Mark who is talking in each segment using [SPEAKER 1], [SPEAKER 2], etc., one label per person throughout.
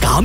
[SPEAKER 1] 咁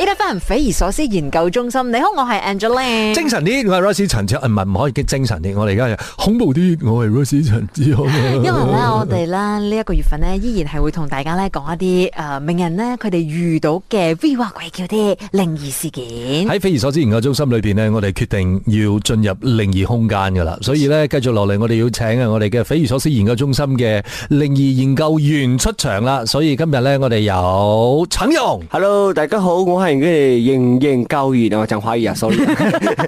[SPEAKER 2] 呢得翻匪夷所思研究中心，你好，我係 Angeline。
[SPEAKER 3] 精神啲，我系 Rosie 陳志唔係唔可以激精神啲，我哋而家係恐怖啲，我係 Rosie 陳志 豪。
[SPEAKER 2] 因為咧，我哋咧呢一個月份咧，依然係會同大家咧講一啲诶名人咧，佢哋遇到嘅 V 話鬼叫啲靈異事件。
[SPEAKER 3] 喺匪夷所思研究中心裏边呢，我哋決定要進入靈異空間噶啦，所以呢，繼續落嚟，我哋要請啊我哋嘅匪夷所思研究中心嘅靈異研究員出場啦。所以今日呢，我哋有陳勇，
[SPEAKER 4] Hello，大家好，我系你嘅莹莹教员啊，我讲华语啊，sorry，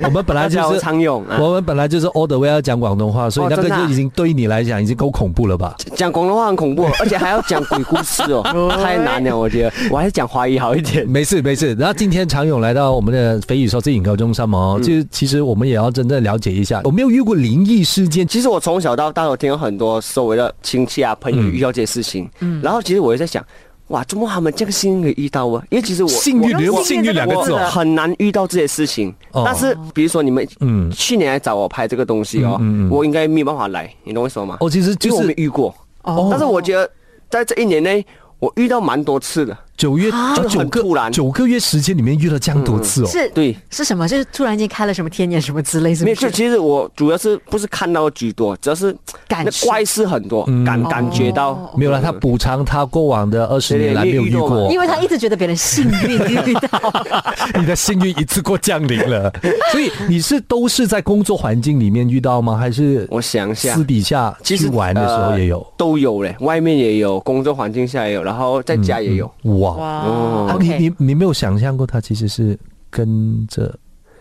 [SPEAKER 3] 我們本來就
[SPEAKER 4] 大家好
[SPEAKER 3] 是
[SPEAKER 4] 常勇 啊
[SPEAKER 3] 我们本來就是 all the way 要講廣東話，所以
[SPEAKER 4] 哦
[SPEAKER 3] 那個
[SPEAKER 4] 真的啊
[SPEAKER 3] 就已經對你來講已經夠恐怖了吧？
[SPEAKER 4] 讲广东话很恐怖，而且还要讲鬼故事哦，太难了，我觉得，我还是讲华语好一点。
[SPEAKER 3] 没事没事。然后今天常勇来到我们的匪夷所思研究中心哦，就是其实我们也要真正了解一下，我没有遇过灵异事件，
[SPEAKER 4] 其实我从小到大，我听到很多周围的亲戚啊、朋友
[SPEAKER 3] 嗯
[SPEAKER 4] 遇到这些事情，然后其实我也在想，哇，怎么他们这个幸运可以遇到啊？因为其实我
[SPEAKER 3] 幸运
[SPEAKER 4] 我
[SPEAKER 3] 你用
[SPEAKER 4] 我
[SPEAKER 3] 幸运两个字哦
[SPEAKER 4] 我很难遇到这些事情。
[SPEAKER 3] 哦
[SPEAKER 4] 但是比如说你们
[SPEAKER 3] 嗯
[SPEAKER 4] 去年来找我拍这个东西哦，我应该没有办法来，你懂我意思吗？
[SPEAKER 3] 哦其实就是
[SPEAKER 4] 因为我没遇过。
[SPEAKER 2] 哦
[SPEAKER 4] 但是我觉得在这一年内，我遇到蛮多次的。
[SPEAKER 3] 九月就
[SPEAKER 4] 就
[SPEAKER 3] 九
[SPEAKER 4] 啊很突
[SPEAKER 3] 个
[SPEAKER 4] 然
[SPEAKER 3] 九个月时间里面遇了这样多次哦。
[SPEAKER 2] 是
[SPEAKER 4] 对
[SPEAKER 2] 是什麼？就是突然間開了什麼天眼什麼之類，是不？
[SPEAKER 4] 没有，就是其实我主要是不是看到的居多，主要是
[SPEAKER 2] 感
[SPEAKER 4] 那
[SPEAKER 2] 受
[SPEAKER 4] 怪事很多，感
[SPEAKER 3] 嗯
[SPEAKER 4] 感觉到
[SPEAKER 3] 没有啦，他补偿他过往的二十年来没有遇
[SPEAKER 4] 对对
[SPEAKER 3] 过
[SPEAKER 2] 因，為他一直覺得別人幸運遇到。
[SPEAKER 3] 你的幸运一次过降临 了。所以你是都是在工作环境里面遇到吗？还是
[SPEAKER 4] 我想一下
[SPEAKER 3] 私底下
[SPEAKER 4] 其
[SPEAKER 3] 去
[SPEAKER 4] 实
[SPEAKER 3] 玩的时候也有
[SPEAKER 4] 呃？都有嘞，外面也有，工作环境下也有，然后在家也有。
[SPEAKER 3] 哇，
[SPEAKER 2] 哇
[SPEAKER 4] 哦
[SPEAKER 3] 啊你你你没有想象过他其实是跟着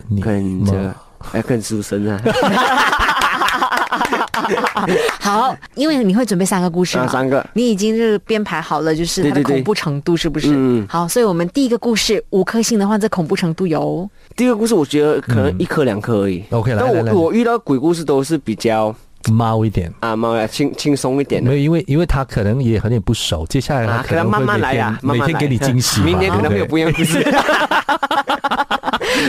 [SPEAKER 3] 你吗，
[SPEAKER 4] 跟着，哎，更书生啊，
[SPEAKER 2] 好，因为你会准备三个故事嘛，
[SPEAKER 4] 啊三个
[SPEAKER 2] 你已经是编排好了，就是它的
[SPEAKER 4] 对对对
[SPEAKER 2] 恐怖程度是不是？
[SPEAKER 4] 嗯
[SPEAKER 2] 好，所以我们第一个故事五颗星的话，这恐怖程度有
[SPEAKER 4] 第一个故事我觉得可能一颗两颗而已。
[SPEAKER 3] 嗯 OK，来
[SPEAKER 4] 但
[SPEAKER 3] 来来
[SPEAKER 4] 我我遇到鬼故事都是比较
[SPEAKER 3] 猫一点。
[SPEAKER 4] 啊，妈呀，轻轻松一点
[SPEAKER 3] 没
[SPEAKER 4] 的。
[SPEAKER 3] 有，因为因为他可能也很也不熟，接下来他
[SPEAKER 4] 啊，可能
[SPEAKER 3] 会
[SPEAKER 4] 慢慢
[SPEAKER 3] 每
[SPEAKER 4] 来
[SPEAKER 3] 天
[SPEAKER 4] 呀，慢慢
[SPEAKER 3] 每
[SPEAKER 4] 来啊
[SPEAKER 3] 天给你惊喜吧，
[SPEAKER 4] 明年可能会有
[SPEAKER 3] 对不
[SPEAKER 4] 不一样的故事。
[SPEAKER 3] 对？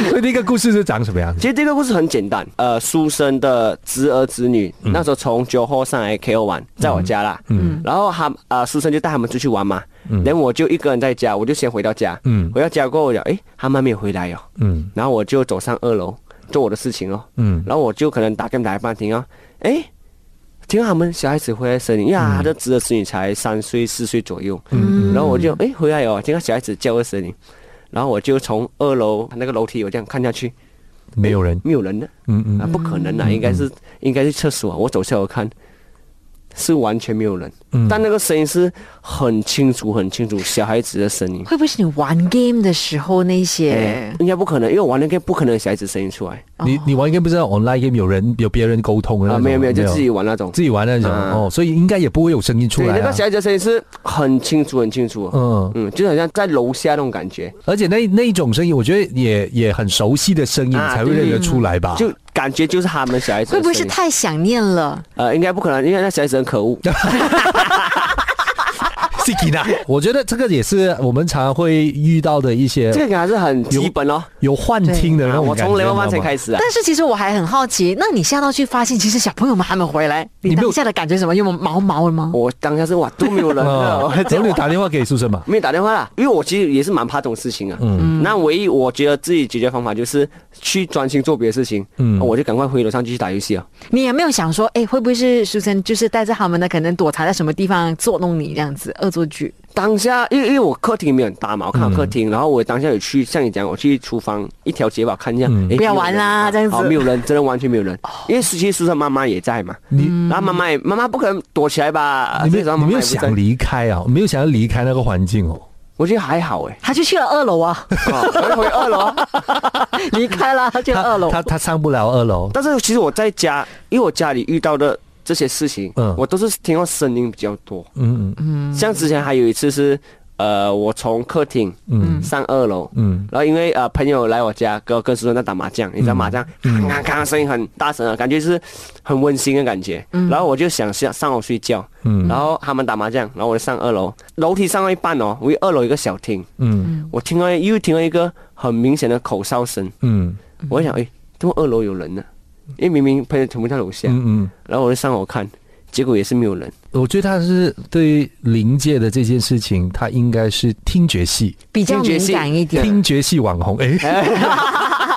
[SPEAKER 3] 所以那个故事是长什么样
[SPEAKER 4] 其
[SPEAKER 3] 子？
[SPEAKER 4] 实这个故事很简单，呃，书生的侄儿侄女、那时候从九号上来 KO 玩，在我家啦，嗯，然后他啊、呃书生就带他们出去玩嘛，嗯，然后我就一个人在家，我就先回到家，
[SPEAKER 3] 嗯
[SPEAKER 4] 回到家过后我讲，诶，他们还没有回来哟、
[SPEAKER 3] 嗯
[SPEAKER 4] 然后我就走上二楼做我的事情哦，
[SPEAKER 3] 嗯
[SPEAKER 4] 然后我就可能打 game 打一半停啊，诶，听到他们小孩子回来声音，呀，他的侄儿侄女才三岁四岁左右，嗯嗯，然后我就诶回来哦，听到小孩子叫的声音，然后我就从二楼那个楼梯我这样看下去，
[SPEAKER 3] 没有人，
[SPEAKER 4] 没有人的。
[SPEAKER 3] 嗯嗯
[SPEAKER 4] 啊，不可能啊，应该是应该是厕所啊、我走下楼看，是完全没有人，
[SPEAKER 3] 嗯
[SPEAKER 4] 但那个声音是很清楚、很清楚，小孩子的声音。哎
[SPEAKER 2] 会不会是你玩 game 的时候那
[SPEAKER 3] 嗯
[SPEAKER 2] 些？
[SPEAKER 4] 应该不可能，因为我玩那个不可能有小孩子声音出来
[SPEAKER 3] 你你玩 game 不知道 online game 有人有别人沟通的那
[SPEAKER 4] 啊，
[SPEAKER 3] 种
[SPEAKER 4] 哦没有没有，就自己玩那种。
[SPEAKER 3] 自己玩那种
[SPEAKER 4] 啊
[SPEAKER 3] 哦，所以应该也不会有声音出
[SPEAKER 4] 对，
[SPEAKER 3] 来
[SPEAKER 4] 那个
[SPEAKER 3] 啊。
[SPEAKER 4] 小孩子的声音是很清楚、很清楚。
[SPEAKER 3] 嗯
[SPEAKER 4] 嗯，就好像在楼下那种感觉，
[SPEAKER 3] 而且那那一种声音，我觉得也也很熟悉的声音，你
[SPEAKER 4] 啊
[SPEAKER 3] 才会认得出来吧？
[SPEAKER 4] 就嗯感觉就是他们小孩子的
[SPEAKER 2] 会不会是
[SPEAKER 4] 声音
[SPEAKER 2] 太想念了？
[SPEAKER 4] 呃，应该不可能，因为那小孩子很可恶。
[SPEAKER 3] 自己呢，我觉得这个也是我们常常会遇到的一些
[SPEAKER 4] 这个还是很基本哦。
[SPEAKER 3] 有幻听的那
[SPEAKER 4] 啊
[SPEAKER 3] 种
[SPEAKER 4] 我
[SPEAKER 3] 感
[SPEAKER 4] 从
[SPEAKER 3] 觉。
[SPEAKER 4] 雷曼曼才
[SPEAKER 3] 你知道吗
[SPEAKER 4] 开始啊。
[SPEAKER 2] 但是其实我还很好奇，那你下到去发现，其实小朋友们还没回来，你
[SPEAKER 3] 你没有
[SPEAKER 2] 当下的感觉是什么？有毛毛的吗？
[SPEAKER 4] 我当下是哇都没有人了，
[SPEAKER 3] 嗯
[SPEAKER 4] 我
[SPEAKER 3] 然后你打电话给书生嘛？
[SPEAKER 4] 没有打电话啦，因为我其实也是蛮怕这种事情啊。
[SPEAKER 3] 嗯
[SPEAKER 4] 嗯，那唯一我觉得自己解决方法就是去专心做别的事情。
[SPEAKER 3] 嗯
[SPEAKER 4] 嗯，我就赶快回楼上继续打游戏啊。
[SPEAKER 2] 你有没有想说，哎，会不会是书生就是带着他们的，可能躲藏在什么地方捉弄你这样子，恶作剧？
[SPEAKER 4] 当下，因为因为我客厅里面很大嘛，我看
[SPEAKER 3] 嗯
[SPEAKER 4] 到客厅，然后我当下有去像你讲，我去厨房一条街吧看一下，
[SPEAKER 3] 嗯
[SPEAKER 4] 诶
[SPEAKER 2] 不要玩啦
[SPEAKER 4] 没
[SPEAKER 2] 这
[SPEAKER 4] 有人
[SPEAKER 2] 样子哦
[SPEAKER 4] 哦没有人，真的完全没有人，因为实习书生妈妈也在嘛，
[SPEAKER 2] 嗯
[SPEAKER 3] 你
[SPEAKER 4] 然后妈妈也妈妈不可能躲起来吧，
[SPEAKER 2] 啊
[SPEAKER 3] 你
[SPEAKER 4] 所
[SPEAKER 3] 没
[SPEAKER 4] 以说
[SPEAKER 3] 有
[SPEAKER 4] 妈
[SPEAKER 3] 你
[SPEAKER 4] 妈
[SPEAKER 3] 没
[SPEAKER 4] 也
[SPEAKER 3] 有
[SPEAKER 4] 不在
[SPEAKER 3] 想，离开啊？没有想要离开那个环境哦？
[SPEAKER 4] 我觉得还好哎，
[SPEAKER 2] 他就去了二楼 啊，
[SPEAKER 4] 哦我就回二楼，
[SPEAKER 2] 离开了，他去了二楼。
[SPEAKER 3] 他他上不了二楼。
[SPEAKER 4] 但是其实我在家，因为我家里遇到的这些事情，
[SPEAKER 3] 嗯
[SPEAKER 4] 我都是听到声音比较多。
[SPEAKER 3] 嗯嗯
[SPEAKER 4] 像之前还有一次是，呃，我从客厅
[SPEAKER 3] 嗯
[SPEAKER 4] 上二楼，
[SPEAKER 3] 嗯
[SPEAKER 4] 然后因为呃朋友来我家跟我跟叔叔在打麻将，你知道麻将，
[SPEAKER 3] 嗯
[SPEAKER 4] 咔咔声音很大声啊，感觉是很温馨的感觉。然后我就想上上楼睡觉，
[SPEAKER 3] 嗯
[SPEAKER 4] 然后他们打麻将，然后我就上二楼，楼梯上到一半哦，我二楼有一个小厅，
[SPEAKER 3] 嗯
[SPEAKER 4] 我听到又听到一个很明显的口哨声，
[SPEAKER 3] 嗯
[SPEAKER 4] 我就想哎，怎么二楼有人呢？因为明明朋友全部在楼下，
[SPEAKER 3] 嗯嗯，
[SPEAKER 4] 然后我就上楼看，结果也是没 有人。
[SPEAKER 3] 我觉得他是对临界的这件事情，他应该是听觉系，
[SPEAKER 2] 比较
[SPEAKER 4] 听觉
[SPEAKER 2] 敏
[SPEAKER 4] 性
[SPEAKER 2] 感一点。
[SPEAKER 3] 听觉系网红。哎、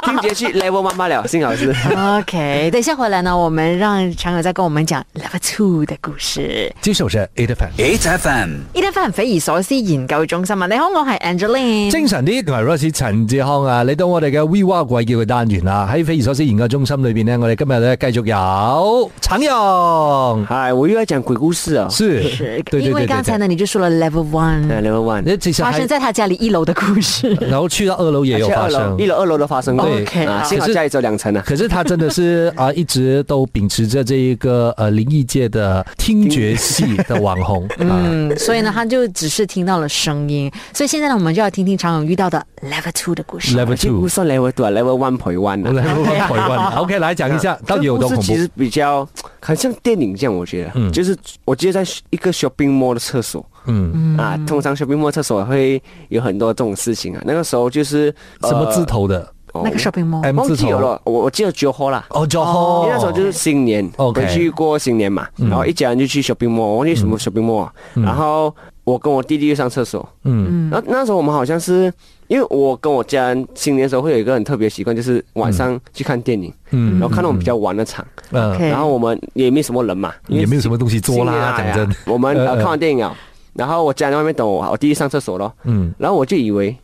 [SPEAKER 4] 听节去 level 妈妈了，幸好 是。
[SPEAKER 2] OK，等一下回来呢，我们让常友再跟我们讲 Level Two 的故事。
[SPEAKER 3] 这首是 A 的粉。
[SPEAKER 2] 哎
[SPEAKER 5] 8FM,
[SPEAKER 2] 呢啲翻匪夷所思研究中心啊，你好，我係 Angeline。
[SPEAKER 3] 精神啲，同埋 Rosie 陳志康啊，嚟到我哋嘅 We Walk 鬼叫嘅單元啦，喺匪夷所思研究中心裏边呢，我哋今日咧繼續有常勇，
[SPEAKER 4] 哎，我又要讲鬼故事啊、哦。
[SPEAKER 3] 是
[SPEAKER 2] 是，，
[SPEAKER 3] 對對
[SPEAKER 2] 因为
[SPEAKER 3] 對對
[SPEAKER 2] 刚才
[SPEAKER 3] 對。
[SPEAKER 2] 呢，你就说了 Level One，
[SPEAKER 4] 哎，level one，
[SPEAKER 3] 那其實
[SPEAKER 2] 发
[SPEAKER 3] 還
[SPEAKER 2] 生在他家里一楼的故事。
[SPEAKER 3] 然后去到二楼也有
[SPEAKER 4] 而且
[SPEAKER 3] 發
[SPEAKER 4] 二楼
[SPEAKER 3] 生
[SPEAKER 4] 一。楼、二楼都发生过。
[SPEAKER 3] 对
[SPEAKER 2] OK，
[SPEAKER 4] 啊，
[SPEAKER 2] 好
[SPEAKER 4] 幸好
[SPEAKER 3] 可是
[SPEAKER 4] 家里只有两层啊。
[SPEAKER 3] 可是他真的是啊，一直都秉持着这一个呃灵异界的听觉系的网 红啊。
[SPEAKER 2] 嗯， 所以呢，他就只是听到了声音，所以现在呢，我们就要听听常勇遇到的 Level Two 的故事。
[SPEAKER 3] Level
[SPEAKER 4] 这
[SPEAKER 3] two，
[SPEAKER 4] 不算 level two 啊，level one point one
[SPEAKER 3] 我
[SPEAKER 4] 啊。
[SPEAKER 3] 来问问台 湾。OK，来讲一下到底有多
[SPEAKER 4] 这
[SPEAKER 3] 恐
[SPEAKER 4] 故事
[SPEAKER 3] 怖
[SPEAKER 4] 其？实比较很像电影这样，我觉得。
[SPEAKER 3] 嗯
[SPEAKER 4] 就是我记得在一个 shopping mall 的厕所。
[SPEAKER 3] 嗯，
[SPEAKER 4] 啊，通常 shopping mall 厕所会有很多这种事情啊。那个时候就是、呃
[SPEAKER 3] 什么字头的
[SPEAKER 4] 哦
[SPEAKER 2] 那个 shopping mall，
[SPEAKER 3] ？M
[SPEAKER 4] 忘
[SPEAKER 3] 字
[SPEAKER 4] 记
[SPEAKER 3] 头
[SPEAKER 4] 有了，我我记得 Johor 啦。
[SPEAKER 3] 哦，就
[SPEAKER 4] 因
[SPEAKER 3] 好
[SPEAKER 4] 为那时候就是新年，
[SPEAKER 3] OK 嗯
[SPEAKER 4] 回去过新年嘛，然后一家人就去 shopping mall，我忘记什么 shopping mall，、然啊后我跟我弟弟去上厕所，
[SPEAKER 3] 嗯
[SPEAKER 4] 然后那时候我们好像是，因为我跟我家人新年的时候会有一个很特别的习惯，就是晚上去看电影，
[SPEAKER 3] 嗯
[SPEAKER 4] 然后看那种比较晚的场，
[SPEAKER 3] 嗯，
[SPEAKER 2] OK
[SPEAKER 4] 然后我们也没什么人嘛，因为
[SPEAKER 3] 也没有什么东西
[SPEAKER 4] 新
[SPEAKER 3] 做
[SPEAKER 4] 年啊
[SPEAKER 3] 啦，讲真
[SPEAKER 4] 呀。我们
[SPEAKER 3] 呃
[SPEAKER 4] 呃
[SPEAKER 3] 呃
[SPEAKER 4] 看完电影啊，然后我家人在外面等我，我弟弟上厕所咯，
[SPEAKER 3] 嗯
[SPEAKER 4] 然后我就以为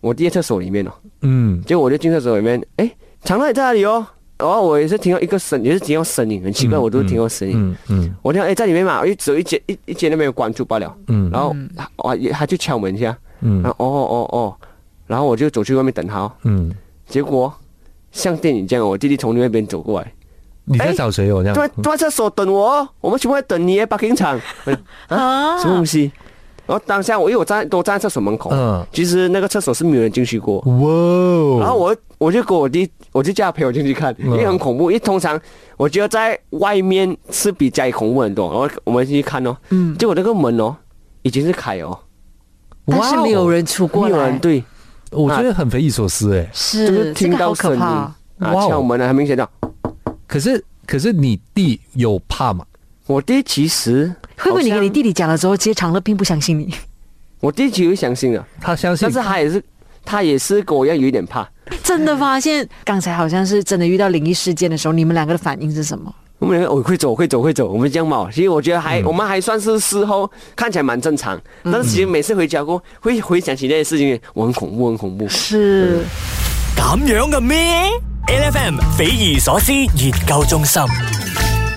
[SPEAKER 4] 我弟在厕所里面哦，
[SPEAKER 3] 嗯
[SPEAKER 4] 结果我就进厕所里面，哎，长乐也在那里哦。然后我也是听到一个声，也是听到声音，很奇怪，
[SPEAKER 3] 嗯
[SPEAKER 4] 我都听到声音。
[SPEAKER 3] 嗯嗯
[SPEAKER 4] 我听到哎，在里面嘛，我就只有一间一一间那边有关注罢了。
[SPEAKER 3] 嗯
[SPEAKER 4] 然后我也他就敲门一下，然
[SPEAKER 3] 嗯
[SPEAKER 4] 后哦哦哦，然后我就走去外面等他哦。
[SPEAKER 3] 嗯，
[SPEAKER 4] 结果像电影这样，我弟弟从那边走过来，
[SPEAKER 3] 你在找谁？我哦这
[SPEAKER 4] 都在
[SPEAKER 3] 样。
[SPEAKER 4] 都在厕所等我哦，我们全部在等你，八停 场。我就啊，什么东西？然后当下我因为我站都站在厕所门口，
[SPEAKER 3] 嗯
[SPEAKER 4] 其实那个厕所是没有人进去过。
[SPEAKER 3] 哇哦！
[SPEAKER 4] 然后我我就跟我弟，我就叫他陪我进去看，
[SPEAKER 3] 嗯
[SPEAKER 4] 因为很恐怖。因为通常我觉得在外面是比家里恐怖很多。然后我们进去看哦，嗯，结果那个门哦已经是开哦，
[SPEAKER 2] 但是没有
[SPEAKER 3] 哇哦，
[SPEAKER 2] 人出
[SPEAKER 4] 没
[SPEAKER 2] 过
[SPEAKER 4] 有
[SPEAKER 2] 来
[SPEAKER 4] 人，对，
[SPEAKER 3] 我觉得很匪夷所思哎。
[SPEAKER 4] 就是是
[SPEAKER 2] 这
[SPEAKER 4] 听
[SPEAKER 2] 个
[SPEAKER 4] 到
[SPEAKER 2] 好
[SPEAKER 4] 声
[SPEAKER 2] 可
[SPEAKER 4] 音
[SPEAKER 2] 怕
[SPEAKER 4] 啊，。
[SPEAKER 3] 哇哦
[SPEAKER 4] 敲门啊，很明显的。
[SPEAKER 3] 可是可是你弟有怕吗？
[SPEAKER 4] 我弟其实
[SPEAKER 2] 会不会你跟
[SPEAKER 4] 好像
[SPEAKER 2] 你弟弟讲了之后，其实长乐并不相 信你？
[SPEAKER 4] 我弟其实相信
[SPEAKER 2] 嗯
[SPEAKER 4] 的，
[SPEAKER 3] 他相信
[SPEAKER 4] 但是他也是他也是跟我一样有一点怕。
[SPEAKER 2] 真的发现刚才好像是真的遇到灵异事件的时候，你们两个的反应是什么？
[SPEAKER 4] 我们两个，我、会走，会走，会走。我们这样嘛，其实我觉得还，
[SPEAKER 3] 嗯
[SPEAKER 4] 我们还算是事后看起来蛮正常，
[SPEAKER 2] 嗯
[SPEAKER 4] 但是其实每次回家过，会回想起那些事情，我很恐怖，很恐怖。
[SPEAKER 2] 是。
[SPEAKER 1] 咁樣嘅咩？L F M 匪夷所思研究中心。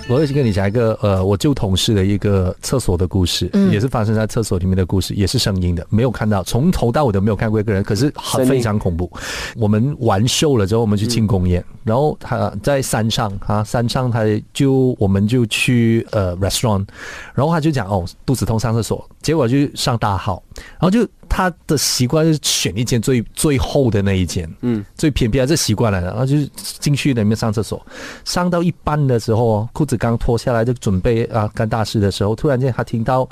[SPEAKER 3] 我先跟你讲一个呃，我旧同事的一个厕所的故事，
[SPEAKER 4] 嗯
[SPEAKER 3] 也是发生在厕所里面的故事，也是声音的，没有看到，从头到尾都没有看过一个人，可是很
[SPEAKER 4] 声
[SPEAKER 3] 非
[SPEAKER 4] 音
[SPEAKER 3] 常恐怖。我们完秀了之后，我们去庆功宴，然后他在山上啊，山上他就我们就去呃 restaurant，然后他就讲哦肚子痛上厕所，结果就上大号，然后就他的习惯是选一间最最厚的那一间，嗯，最偏僻啊，这习惯来了，然后就是进去里面上厕所，上到一半的时候哦，裤子刚脱下来就准备啊干大事的时候，突然间他听到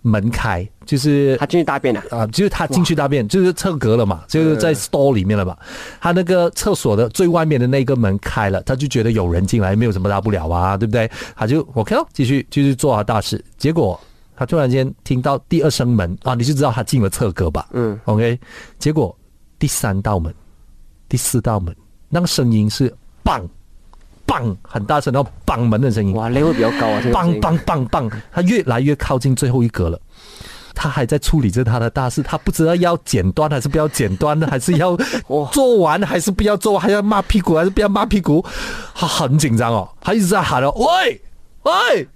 [SPEAKER 3] 门开，就是
[SPEAKER 4] 他进去大便了、
[SPEAKER 3] 啊，就是他进去大便，就是厕格了嘛，就是在 store 里面了嘛。他那个厕所的最外面的那个门开了，他就觉得有人进来，没有什么大不了啊，对不对？他就 OK 咯，继续继续做他大事。结果他突然间听到第二声门啊，你就知道他进了厕格吧？
[SPEAKER 4] 嗯
[SPEAKER 3] ，OK。结果第三道门、第四道门，那个声音是棒棒很大声，然后棒门的声音。
[SPEAKER 4] 哇，level 比较高啊，这个声
[SPEAKER 3] 棒
[SPEAKER 4] 音
[SPEAKER 3] 棒棒棒，他越来越靠近最后一格了。他还在处理着他的大事，他不知道要剪断还是不要剪断，还是要
[SPEAKER 4] 哇
[SPEAKER 3] 做完还是不要做，还要骂屁股还是不要骂屁股，他很紧张哦，他一直在喊哦，喂喂，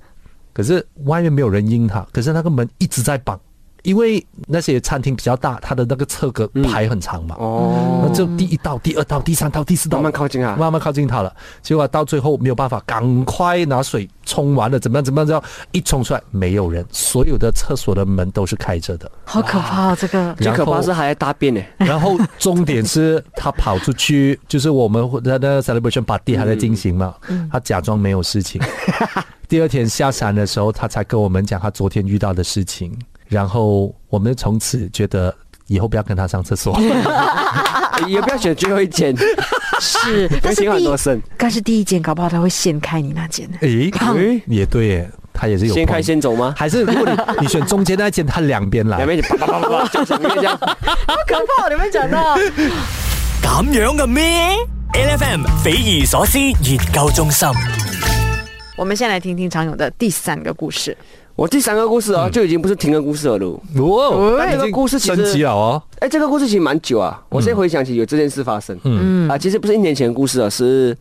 [SPEAKER 3] 可是外面没有人应他，可是那个门一直在绑，因为那些餐厅比较大，它的那个侧格排很长嘛，
[SPEAKER 4] 嗯哦，
[SPEAKER 3] 那就第一道、第二道、第三道、第四道
[SPEAKER 4] 慢慢靠近啊，
[SPEAKER 3] 慢慢靠近他了，结果到最后没有办法，赶快拿水冲完了，怎么样怎么样，这样一冲出来没有人，所有的厕所的门都是开着的。
[SPEAKER 2] 好可怕、啊、这 个。
[SPEAKER 4] 最可
[SPEAKER 3] 然
[SPEAKER 4] 怕
[SPEAKER 3] 后
[SPEAKER 4] 是还在大便呢、
[SPEAKER 3] 然后重点是他跑出去，就是我们的那个 celebration party 还在进行嘛，他假装没有事情。第二天下山的时候，他才跟我们讲他昨天遇到的事情，然后我们从此觉得以后不要跟他上厕所。
[SPEAKER 4] 也不要选最后一间，
[SPEAKER 2] 是，但是
[SPEAKER 4] 听
[SPEAKER 2] 第
[SPEAKER 4] 很
[SPEAKER 2] 一
[SPEAKER 4] 多声。
[SPEAKER 2] 但是第一间搞不好他会掀开你那间呢。
[SPEAKER 3] 诶，
[SPEAKER 4] 诶
[SPEAKER 3] 也对耶，它也是有
[SPEAKER 4] 先开
[SPEAKER 3] point
[SPEAKER 4] 先走 吗？
[SPEAKER 3] 还是如果你你选中间那一间，它两边来
[SPEAKER 4] 两。边就叭叭叭叭叭就整个这样。
[SPEAKER 2] 可怕！你们讲到
[SPEAKER 1] 咁樣嘅咩？L F M 匪夷所思研究中心。
[SPEAKER 2] 我们先来听听常勇的第三个故事。
[SPEAKER 4] 我第三个故事哦，就已经不是停歌故事了喽。
[SPEAKER 3] 哦，
[SPEAKER 4] 哎但这个故事其
[SPEAKER 3] 升
[SPEAKER 4] 实
[SPEAKER 3] 级了哦。
[SPEAKER 4] 哎，这个故事其实蛮久啊，我现在回想起有这件事发生。嗯啊，其实不是一年前的故事啊，是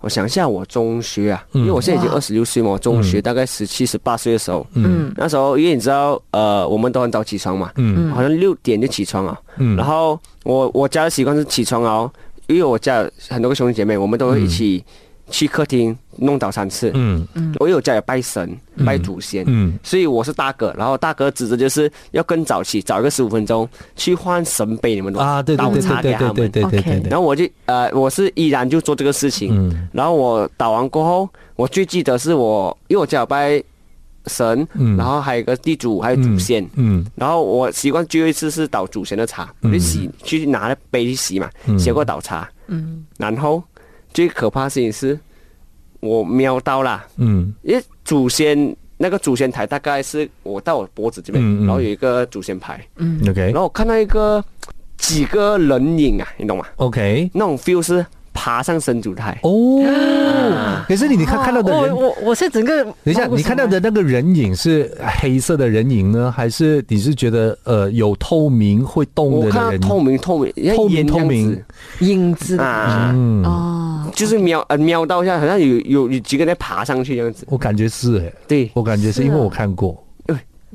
[SPEAKER 4] 我想一下，我中学啊，因为我现在已经二十六岁嘛，我中学大概十七、十八岁的时候，嗯，那时候因为你知道，呃，我们都很早起床嘛，嗯，好像六点就起床啊，嗯，然后我我家的习惯是起床哦，因为我家有很多个兄弟姐妹，我们都会一起去客厅弄早餐吃，
[SPEAKER 3] 嗯
[SPEAKER 4] 我因为我家有拜神、拜祖先，
[SPEAKER 3] 嗯
[SPEAKER 4] 所以我是大哥，然后大哥指着就是要更早起，早一个十五分钟去换神杯，你们懂
[SPEAKER 3] 啊，对对对
[SPEAKER 4] 倒茶
[SPEAKER 3] 对
[SPEAKER 4] 给他
[SPEAKER 3] 对
[SPEAKER 4] 们
[SPEAKER 3] 对对对对
[SPEAKER 2] OK
[SPEAKER 3] 对。
[SPEAKER 4] 然后我就呃，我是依然就做这个事情。
[SPEAKER 3] 嗯
[SPEAKER 4] 然后我打完过后，我最记得是我，因为我家有拜神，
[SPEAKER 3] 嗯
[SPEAKER 4] 然后还有一个地主，还有祖先。
[SPEAKER 3] 嗯
[SPEAKER 4] 然后我习惯最后一次是倒祖先的茶，我就洗去拿杯去洗嘛，洗过倒茶。
[SPEAKER 2] 嗯，
[SPEAKER 4] 然后最可怕的事情是，我瞄到啦，
[SPEAKER 3] 嗯
[SPEAKER 4] 因为祖先那个祖先台大概是我到我脖子这边，
[SPEAKER 3] 嗯嗯
[SPEAKER 4] 然后有一个祖先牌，
[SPEAKER 3] 嗯，OK
[SPEAKER 4] 然后我看到一个几个人影啊，你懂吗？
[SPEAKER 3] OK。
[SPEAKER 4] 那种 feel 是爬上神主台，啊
[SPEAKER 3] 哦，可是你你看看到的人
[SPEAKER 4] 哦
[SPEAKER 2] 我，我我是整个
[SPEAKER 3] 等一下，你看到的那个人影是黑色的人影呢，还是你是觉得呃有透明会动
[SPEAKER 4] 我
[SPEAKER 3] 哦的
[SPEAKER 4] 看到
[SPEAKER 3] 人影？
[SPEAKER 4] 透明透明，像
[SPEAKER 3] 透明
[SPEAKER 4] 烟这样
[SPEAKER 3] 透明
[SPEAKER 4] 子
[SPEAKER 2] 影子
[SPEAKER 4] 啊，
[SPEAKER 3] 嗯，
[SPEAKER 2] 哦，
[SPEAKER 4] 就是瞄呃瞄到一下，好像有有有几个在爬上去这样子，哎
[SPEAKER 3] 我感觉是哎，
[SPEAKER 4] 对，
[SPEAKER 3] 我感觉是
[SPEAKER 2] 是啊
[SPEAKER 3] 因为我看过，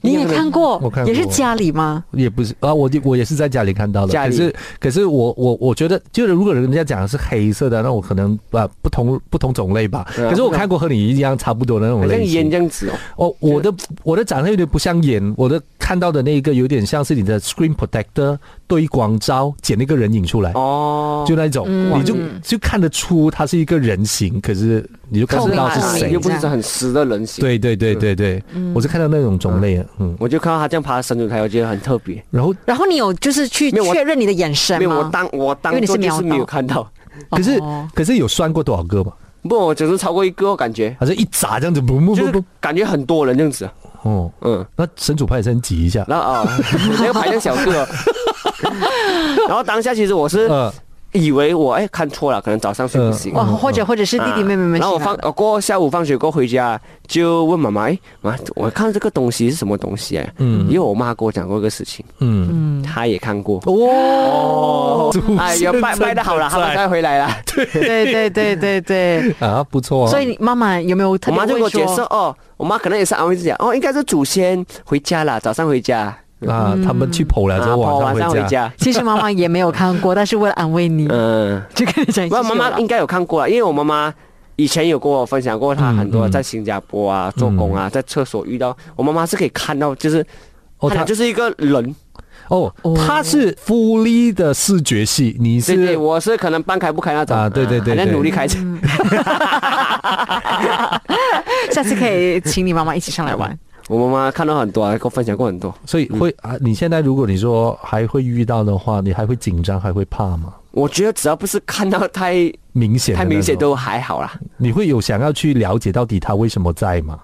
[SPEAKER 2] 你也看过，
[SPEAKER 3] 我看
[SPEAKER 2] 也
[SPEAKER 3] 过
[SPEAKER 2] 是家里吗？
[SPEAKER 3] 也不是啊，我就我也是在家里看到的。
[SPEAKER 4] 家
[SPEAKER 3] 可
[SPEAKER 4] 里
[SPEAKER 3] 是可是我我我觉得，就是如果人家讲的是黑色的，那我可能啊不同不同种类吧。
[SPEAKER 4] 对啊
[SPEAKER 3] 可是我看过和你一样差不多的那种
[SPEAKER 4] 好像
[SPEAKER 3] 类
[SPEAKER 4] 烟
[SPEAKER 3] 型
[SPEAKER 4] 这。样子哦，
[SPEAKER 3] 哦，我的我的长相有点不像眼，我的看到的那一个有点像是你的 screen protector 对光罩剪了一个人影出来。
[SPEAKER 4] 哦，
[SPEAKER 3] 就那一种，
[SPEAKER 2] 嗯
[SPEAKER 3] 你就就看得出他是一个人形，可是你就看
[SPEAKER 4] 可
[SPEAKER 3] 不
[SPEAKER 4] 是
[SPEAKER 3] 到
[SPEAKER 4] 它
[SPEAKER 3] 是
[SPEAKER 2] 透明
[SPEAKER 3] 谁
[SPEAKER 4] 又。不是很实的人形，，
[SPEAKER 3] 对对对对对，我是看到那种种类的，嗯。
[SPEAKER 4] 我就看到他这样爬神主台，我觉得很特别。
[SPEAKER 3] 然后，
[SPEAKER 2] 然后你有就是去
[SPEAKER 4] 没有我
[SPEAKER 2] 确认你的眼神
[SPEAKER 4] 没有，我
[SPEAKER 2] 吗？
[SPEAKER 4] 当我当
[SPEAKER 2] 因为你是
[SPEAKER 4] 做就
[SPEAKER 2] 瞄
[SPEAKER 4] 是
[SPEAKER 2] 到
[SPEAKER 4] 没有看到，
[SPEAKER 2] 哦
[SPEAKER 3] 可是可是有算过多少个嘛？
[SPEAKER 4] 不，我只是超过一个，我感觉
[SPEAKER 3] 好像一砸这样子，不不
[SPEAKER 4] 就
[SPEAKER 3] 不
[SPEAKER 4] 是
[SPEAKER 3] 不，
[SPEAKER 4] 感觉很多人这样子，
[SPEAKER 3] 哦，
[SPEAKER 4] 嗯，
[SPEAKER 3] 那神主派也是很挤一下，
[SPEAKER 4] 然后啊，那个排像小个，然后当下其实我是
[SPEAKER 3] 呃，
[SPEAKER 4] 以为我哎看错了，可能早上睡不醒。
[SPEAKER 2] 嗯
[SPEAKER 4] 啊
[SPEAKER 2] 哇，哦或者或者是弟弟妹妹们、
[SPEAKER 4] 然后我放，我过后下午放学过后回家，就问妈妈：“哎，妈，我看这个东西是什么东西、哎，
[SPEAKER 3] 嗯
[SPEAKER 4] 因为我妈跟我讲过一个事情，
[SPEAKER 3] 嗯，
[SPEAKER 4] 她也看过。
[SPEAKER 3] 哦祖先
[SPEAKER 4] 哎呀，拜拜的好了，他们
[SPEAKER 3] 在
[SPEAKER 4] 该回来了。
[SPEAKER 2] 对对对对 对。
[SPEAKER 3] 啊，不错啊。
[SPEAKER 2] 所以你妈妈有没有特
[SPEAKER 4] 我
[SPEAKER 2] 别
[SPEAKER 4] 妈就
[SPEAKER 2] 问
[SPEAKER 4] 跟我解释
[SPEAKER 2] 说，
[SPEAKER 4] 哦，我妈可能也是安慰自己，哦，应该是祖先回家了，早上回家，
[SPEAKER 3] 啊，他们去剖了之
[SPEAKER 4] 啊
[SPEAKER 3] 后
[SPEAKER 4] 我晚
[SPEAKER 3] 晚
[SPEAKER 4] 上
[SPEAKER 3] 上
[SPEAKER 4] 回
[SPEAKER 3] 回家，
[SPEAKER 4] 家。
[SPEAKER 2] 其实妈妈也没有看过，但是为了安慰你，
[SPEAKER 4] 嗯，
[SPEAKER 2] 就跟你讲，
[SPEAKER 4] 不，妈妈应该有看过啊，因为我妈妈以前有跟我分享过，她
[SPEAKER 3] 嗯
[SPEAKER 4] 很多
[SPEAKER 3] 嗯
[SPEAKER 4] 在新加坡啊、做工啊，在厕所遇到，我妈妈是可以看到，就是
[SPEAKER 3] 哦，
[SPEAKER 4] 她
[SPEAKER 3] 他
[SPEAKER 4] 就是一个人。
[SPEAKER 3] 哦
[SPEAKER 2] 哦，
[SPEAKER 3] 他是福利的视觉系，你
[SPEAKER 4] 对对，
[SPEAKER 3] 是
[SPEAKER 4] 我是可能半开不开那种
[SPEAKER 3] 啊对对对
[SPEAKER 4] 还在
[SPEAKER 3] 对嗯
[SPEAKER 4] 努力开着。
[SPEAKER 2] 下次可以请你妈妈一起上来玩。
[SPEAKER 4] 我妈妈看到很多啊，跟我分享过很多。
[SPEAKER 3] 所以会
[SPEAKER 4] 嗯
[SPEAKER 3] 啊，你现在如果你说还会遇到的话，你还会紧张，还会怕吗？
[SPEAKER 4] 我觉得只要不是看到太
[SPEAKER 3] 明显的
[SPEAKER 4] 太
[SPEAKER 3] 那种
[SPEAKER 4] 明显，都还好啦，
[SPEAKER 3] 你会有想要去了解到底他为什么在吗？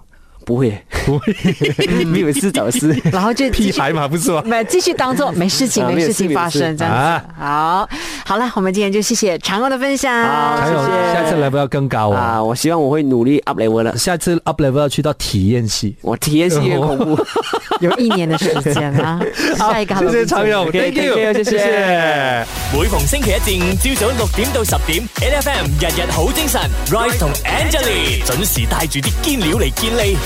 [SPEAKER 4] 不会 不 会，没有事找事。
[SPEAKER 2] 然后就 继续
[SPEAKER 3] 嘛，不是吗？
[SPEAKER 2] 没继续当做没事情，
[SPEAKER 4] 啊
[SPEAKER 2] 没事情发生
[SPEAKER 4] 没有事没有事
[SPEAKER 2] 这样
[SPEAKER 3] 啊
[SPEAKER 2] 子。好，好了，我们今天就谢谢常欧的分享。
[SPEAKER 4] 好
[SPEAKER 3] 还有
[SPEAKER 4] 谢谢
[SPEAKER 3] 下次 level 要更高啊，
[SPEAKER 4] 啊，我希望我会努力 up level 的。
[SPEAKER 3] 下次 up level 要去到体验系。
[SPEAKER 4] 我体验是很恐
[SPEAKER 3] 哦
[SPEAKER 4] 怖。
[SPEAKER 2] 有一年的时间啊，下一个 Hello
[SPEAKER 4] 勇，thank you，谢谢。
[SPEAKER 1] 每逢星期一至五朝早六點到十點，L F M 日日好精神，Rise 同 Angelie 準時帶住啲堅料嚟健利。